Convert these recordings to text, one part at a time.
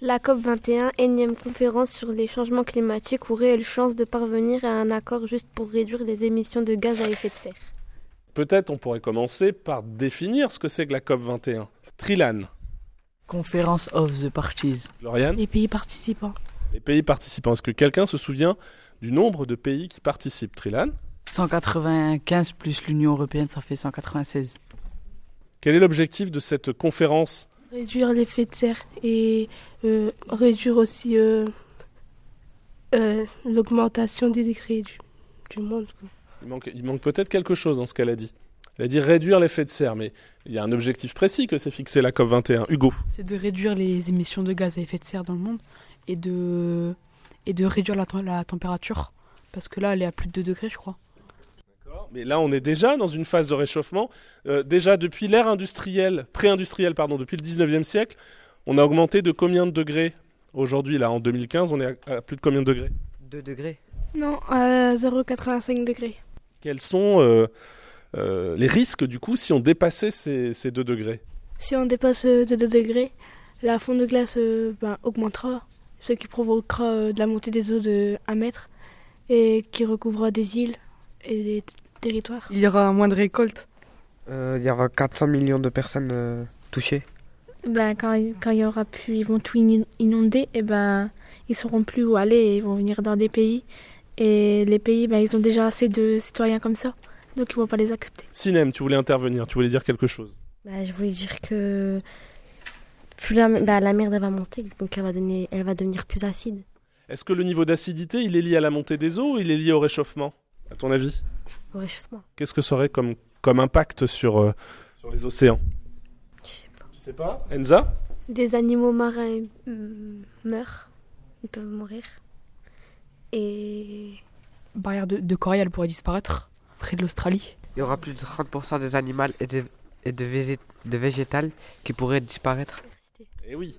La COP21, énième conférence sur les changements climatiques ou réelles chances de parvenir à un accord juste pour réduire les émissions de gaz à effet de serre. Peut-être on pourrait commencer par définir ce que c'est que la COP21. Trilan, Conference of the Parties. Lauriane, Les pays participants. les pays participants. Est-ce que quelqu'un se souvient du nombre de pays qui participent Trilan, 195 plus l'Union européenne, ça fait 196. quel est l'objectif de cette conférence Réduire l'effet de serre et euh, réduire aussi euh, euh, l'augmentation des degrés du, du monde. quoi. Il manque, il manque peut-être quelque chose dans ce qu'elle a dit. Elle a dit réduire l'effet de serre, mais il y a un objectif précis que s'est fixé la COP21. Hugo, c'est de réduire les émissions de gaz à effet de serre dans le monde et de, et de réduire la, tem- la température. Parce que là, elle est à plus de 2 degrés, je crois. mais là on est déjà dans une phase de réchauffement. Euh, déjà depuis l'ère industrielle, pré-industrielle, pardon, depuis le 19e siècle, on a augmenté de combien de degrés Aujourd'hui, là, en 2015, on est à- à plus de combien de degrés 2 degrés. Non, à 0,85 degrés. Quels sont euh, euh, les risques, du coup, si on dépassait ces, ces 2 degrés Si on dépasse euh, de 2 degrés, la fonte de glace euh, ben, augmentera, ce qui provoquera euh, de la montée des eaux de 1 mètre et qui recouvrera des îles et des t- territoires. Il y aura moins de récoltes. Euh, Il y aura 400 millions de personnes euh, touchées. Ben, quand, quand il y aura plus, ils vont tout ini- inonder, et ben, ils sauront plus où aller, et ils vont venir dans des pays. Et les pays, ben, ils ont déjà assez de citoyens comme ça, donc ils vont pas les accepter. Sinem, tu voulais intervenir, tu voulais dire quelque chose. Bah, je voulais dire que plus la, bah, la merde elle va monter, donc elle va, donner, elle va devenir plus acide. Est-ce que le niveau d'acidité, il est lié à la montée des eaux ou il est lié au réchauffement À ton avis au réchauffement. Qu'est-ce que ça aurait comme, comme impact sur, euh, sur les océans Je sais pas. Tu sais pas Enza Des animaux marins euh, meurent, ils peuvent mourir. Et Barrière de, de corail, elle pourrait disparaître près de l'Australie. Il y aura plus de 30% des animaux et, des- et de, végé- de végétales qui pourraient disparaître. Eh oui.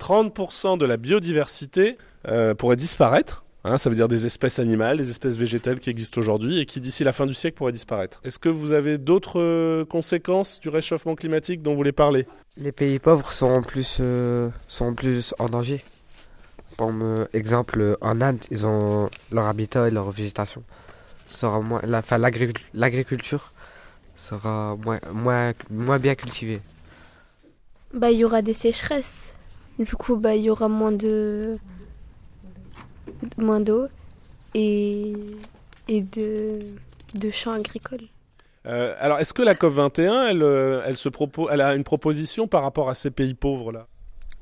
30% de la biodiversité euh, pourrait disparaître. Hein, ça veut dire des espèces animales, des espèces végétales qui existent aujourd'hui et qui d'ici la fin du siècle pourraient disparaître. Est-ce que vous avez d'autres euh, conséquences du réchauffement climatique dont vous voulez parler Les pays pauvres sont en plus, euh, sont en plus en danger. Par euh, exemple, euh, en Inde, ils ont leur habitat et leur végétation. Sera moins, la, enfin, l'agricul- l'agriculture sera moins, moins, moins bien cultivée. bah, il y aura des sécheresses. Du coup, bah, il y aura moins de moins d'eau et, et de, de champs agricoles. Euh, Alors, est-ce que la COP21, elle, euh, elle, se propo- elle a une proposition par rapport à ces pays pauvres-là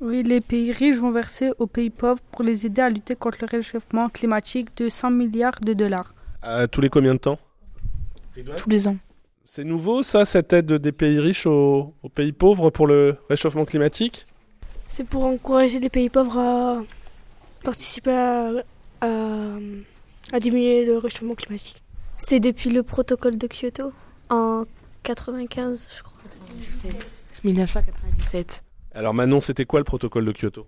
Oui, les pays riches vont verser aux pays pauvres pour les aider à lutter contre le réchauffement climatique de 100 milliards de dollars. À Tous les combien de temps Tous les ans. C'est nouveau, ça, cette aide des pays riches aux, aux pays pauvres pour le réchauffement climatique C'est pour encourager les pays pauvres à participer à, à- à diminuer le réchauffement climatique. C'est depuis le protocole de Kyoto en 95, je crois. 1997. Alors Manon, c'était quoi le protocole de Kyoto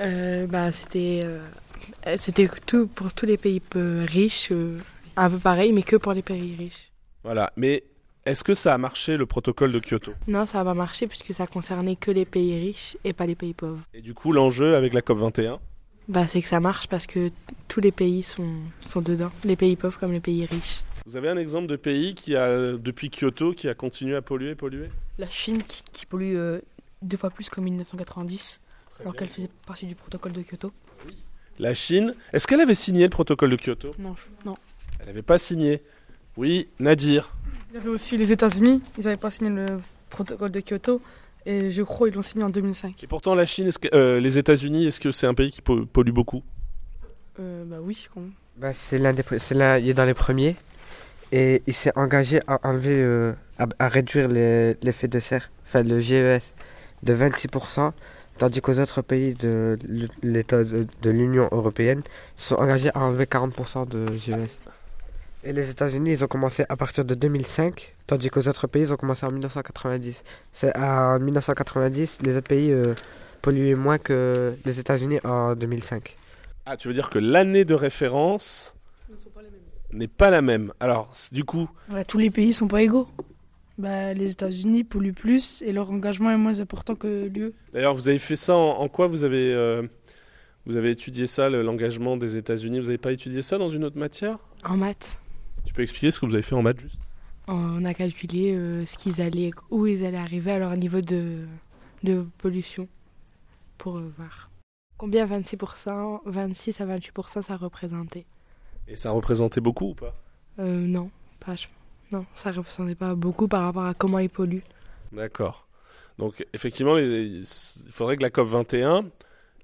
Euh, bah, c'était euh, euh, c'était tout pour tous les pays peu riches, euh, un peu pareil, mais que pour les pays riches. Voilà, mais est-ce que ça a marché le protocole de Kyoto Non, ça va pas marcher puisque ça concernait que les pays riches et pas les pays pauvres. Et du coup, l'enjeu avec la COP21 Bah, c'est que ça marche parce que tous les pays sont, sont dedans, les pays pauvres comme les pays riches. Vous avez un exemple de pays qui a, depuis Kyoto, qui a continué à polluer, polluer La Chine qui, qui pollue euh, deux fois plus qu'en 1990, alors qu'elle faisait partie du protocole de Kyoto. La Chine, est-ce qu'elle avait signé le protocole de Kyoto Non, je- non. Elle n'avait pas signé. Oui, Nadir. Il y avait aussi les États-Unis. Ils n'avaient pas signé le protocole de Kyoto. Et je crois qu'ils l'ont signé en 2005. Et pourtant, la Chine, est-ce que- euh, les États-Unis, est-ce que c'est un pays qui po- pollue beaucoup Euh, bah oui, quand même. Bah, c'est l'un des, pre- c'est l'un- il est dans les premiers et il s'est engagé à enlever, euh, à, à réduire les- l'effet de serre, enfin le GES, de 26%, tandis qu'aux autres pays de l- l'État de, de l'Union européenne se sont engagés à enlever 40% de GES. Et les États-Unis, ils ont commencé à partir de 2005, tandis qu'aux autres pays, ils ont commencé en 1990. C'est en 1990, les autres pays euh, polluaient moins que les États-Unis en 2005. Ah, tu veux dire que l'année de référence n'est pas la même. Alors, c- du coup, tous les pays sont pas égaux. bah, les États-Unis polluent plus et leur engagement est moins important que l'UE. D'ailleurs, vous avez fait ça en, en quoi vous avez, euh, vous avez étudié ça, le- l'engagement des États-Unis Vous n'avez pas étudié ça dans une autre matière En maths, Tu peux expliquer ce que vous avez fait en maths juste on a calculé euh, ce qu'ils allaient, où ils allaient arriver à leur niveau de, de pollution pour euh, voir combien 26%, 26 à 28% ça représentait. Et ça représentait beaucoup ou pas Euh, non, pas, je- non, ça représentait pas beaucoup par rapport à comment ils polluent. D'accord. Donc effectivement, les- il faudrait que la COP 21,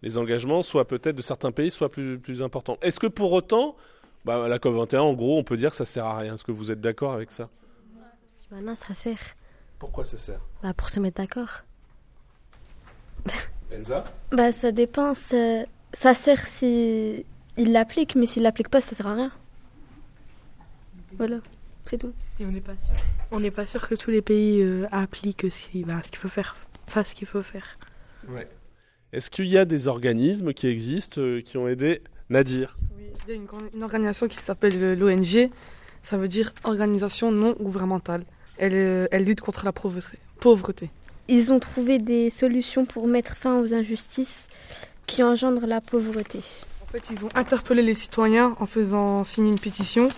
les engagements soient peut-être de certains pays soient plus, plus importants. Est-ce que pour autant, bah, la COP 21, en gros, on peut dire que ça sert à rien Est-ce que vous êtes d'accord avec ça Bah non, ça sert. Pourquoi ça sert Bah, pour se mettre d'accord. Enza Bah ça dépend, ça, ça sert si il l'applique, mais s'il l'applique pas, ça sert à rien. Voilà, c'est tout. Et on n'est pas sûr. On n'est pas sûr que tous les pays euh, appliquent ce qui- bah, ce qu'il faut faire, fassent ce qu'il faut faire. Est-ce qu'il y a des organismes qui existent euh, qui ont aidé Nadir Il y a une, grande- une organisation qui s'appelle euh, l'ONG, ça veut dire Organisation non gouvernementale. Elle, euh, elle lutte contre la pauvreté. pauvreté. Ils ont trouvé des solutions pour mettre fin aux injustices qui engendrent la pauvreté. En fait, ils ont interpellé les citoyens en faisant signer une pétition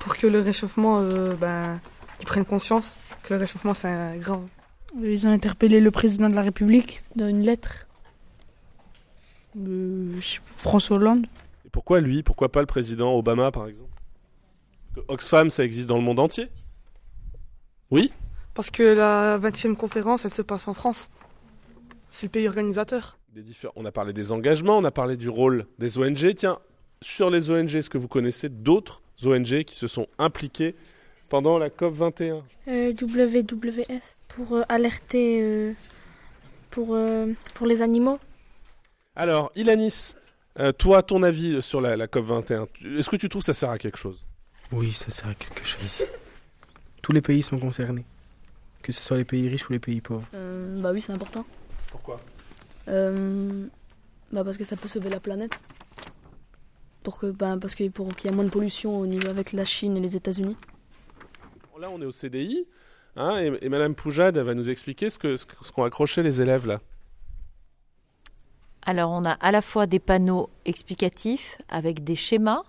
pour que le réchauffement, euh, ben, qu'ils prennent conscience que le réchauffement c'est un grave. Ils ont interpellé le président de la République dans une lettre. Euh, je sais pas, François Hollande. Et pourquoi lui Pourquoi pas le président Obama, par exemple Parce que Oxfam, ça existe dans le monde entier. Oui Parce que la 20e conférence, elle se passe en France. C'est le pays organisateur. Des diffé- On a parlé des engagements, on a parlé du rôle des ONG. Tiens, sur les ONG, est-ce que vous connaissez d'autres ONG qui se sont impliquées pendant la COP 21 Euh, WWF pour euh, alerter euh, pour, euh, pour les animaux. Alors, Ilanis, euh, toi, ton avis sur la, COP 21, est-ce que tu trouves que ça sert à quelque chose Oui, ça sert à quelque chose. Tous les pays sont concernés, que ce soit les pays riches ou les pays pauvres. Euh, bah oui, c'est important. Pourquoi Euh, Bah parce que ça peut sauver la planète. Pour que, bah, parce que pour qu'il y ait moins de pollution au niveau avec la Chine et les États-Unis. Là, on est au CDI, hein, et, et Madame Poujade elle va nous expliquer ce qu'ont ce, que- ce qu'ont accroché les élèves là. Alors, on a à la fois des panneaux explicatifs avec des schémas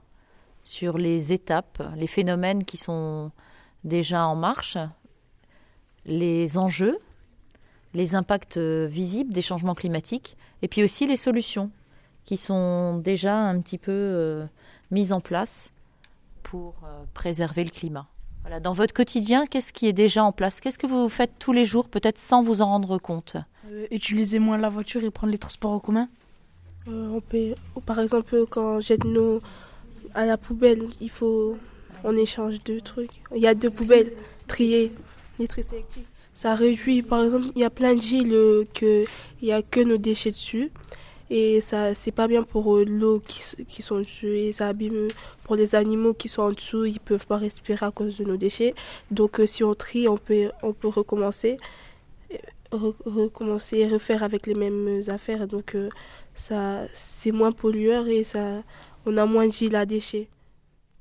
sur les étapes, les phénomènes qui sont déjà en marche, les enjeux, les impacts euh, visibles des changements climatiques, et puis aussi les solutions qui sont déjà un petit peu euh, mises en place pour euh, préserver le climat. Voilà, dans votre quotidien, qu'est-ce qui est déjà en place Qu'est-ce que vous faites tous les jours, peut-être sans vous en rendre compte Euh, utiliser moins la voiture et prendre les transports en commun. Euh, on peut, ou par exemple, quand jette nos à la poubelle, il faut, on échange deux trucs. Il y a deux poubelles, trier, les tri sélectifs. Ça réduit, par exemple, il y a plein de gilets euh, que il y a que nos déchets dessus, et ça, c'est pas bien pour euh, l'eau qui, s- qui sont dessus et ça abîme euh, pour les animaux qui sont en dessous, ils peuvent pas respirer à cause de nos déchets. Donc, euh, si on trie, on peut, on peut recommencer euh, re- recommencer et refaire avec les mêmes affaires. Donc euh, ça, c'est moins pollueur et ça, on a moins de gilets à déchets.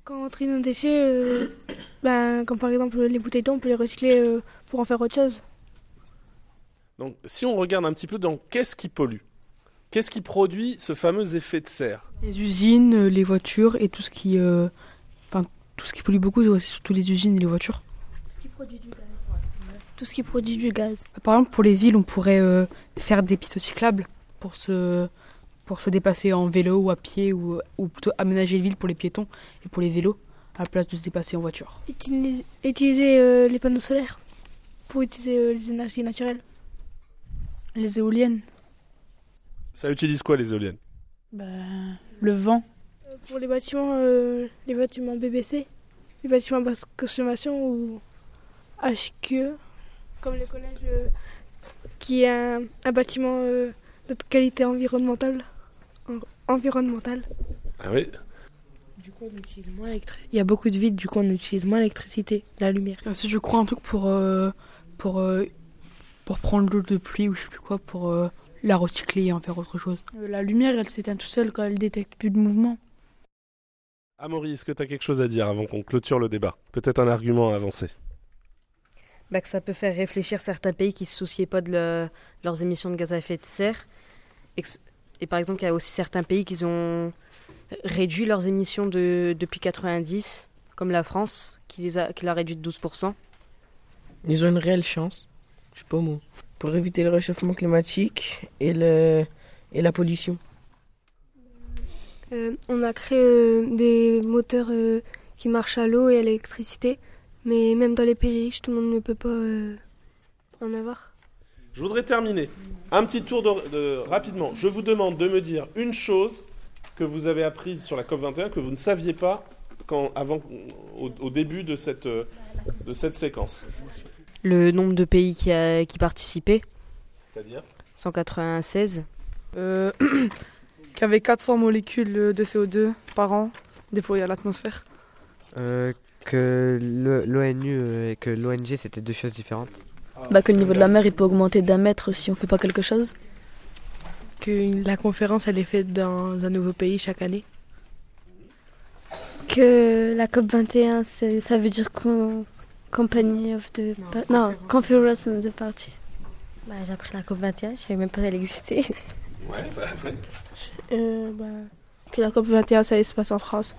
Quand on trie nos déchets, euh, ben, comme par exemple les bouteilles d'eau, on peut les recycler euh, pour en faire autre chose. Donc, si on regarde un petit peu dans qu'est-ce qui pollue Qu'est-ce qui produit ce fameux effet de serre Les usines, euh, les voitures et tout ce qui, euh, enfin tout ce qui pollue beaucoup, c'est surtout les usines et les voitures. Tout ce qui produit du gaz. Par exemple, pour les villes, on pourrait euh, faire des pistes cyclables pour se pour se dépasser en vélo ou à pied ou, ou plutôt aménager les villes pour les piétons et pour les vélos à la place de se dépasser en voiture. Utilis- Utiliser euh, les panneaux solaires pour utiliser euh, les énergies naturelles. Les éoliennes, Ça utilise quoi les éoliennes Bah, le vent. Euh, Pour les bâtiments, euh, les bâtiments BBC, les bâtiments à basse consommation ou HQE, comme le collège euh, qui est un, un bâtiment euh, de qualité environnementale. en- environnementale. Ah oui Du coup, on utilise moins Il y a beaucoup de vide, du coup on utilise moins l'électricité, la lumière. Aussi, je crois un truc pour euh, pour euh, pour prendre l'eau de pluie ou je sais plus quoi pour euh, la recycler et en faire autre chose. Euh, la lumière, elle s'éteint tout seule quand elle détecte plus de mouvement. Amaury, est-ce que tu as quelque chose à dire avant qu'on clôture le débat Peut-être un argument à avancer bah, que ça peut faire réfléchir certains pays qui ne se souciaient pas de le- leurs émissions de gaz à effet de serre. Et, que c- et par exemple, il y a aussi certains pays qui ont réduit leurs émissions de- depuis 90, comme la France, qui les a, qui l'a réduite de 12%. Ils ont une réelle chance, je sais pas au mot, pour éviter le réchauffement climatique et, le, et la pollution. Euh, on a créé euh, des moteurs euh, qui marchent à l'eau et à l'électricité, mais même dans les pays riches, tout le monde ne peut pas euh, en avoir. Je voudrais terminer. Un petit tour de, de- rapidement. Je vous demande de me dire une chose que vous avez apprise sur la COP21 que vous ne saviez pas quand, avant, au, au début de cette, euh, de cette séquence. Le nombre de pays qui, a- qui participaient, C'est-à-dire 196. Euh, Qu'avec 400 molécules de CO2 par an déployées à l'atmosphère. Euh, que le- l'ONU euh, et que l'ONG, c'était deux choses différentes. Bah que le niveau de la mer il peut augmenter d'un mètre si on fait pas quelque chose. Que la conférence, elle est faite dans un nouveau pays chaque année. Que la COP21, c'est- ça veut dire con- Company of the... pa- Non, Conference of the Party. Bah, j'ai appris la COP21, je savais même pas qu'elle existait. Ouais, bah, ouais. Euh, bah, que la COP21, ça allait se passer en France.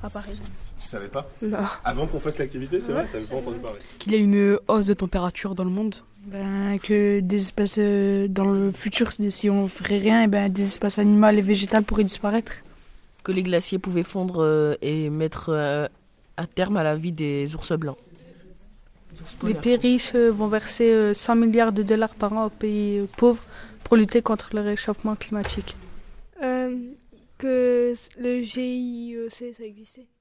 À Paris. Tu savais pas Non. Avant qu'on fasse l'activité, c'est vrai, t'avais pas entendu parler. Qu'il y a une hausse de température dans le monde Ben, que des espèces euh, dans le futur, si on ferait rien, et ben, des espèces animales et végétales pourraient disparaître. Que les glaciers pouvaient fondre euh, et mettre euh, un terme à la vie des ours blancs. Les pays riches euh, vont verser euh, 100 milliards de dollars par an aux pays euh, pauvres pour lutter contre le réchauffement climatique. Euh, que le GIEC, ça existait.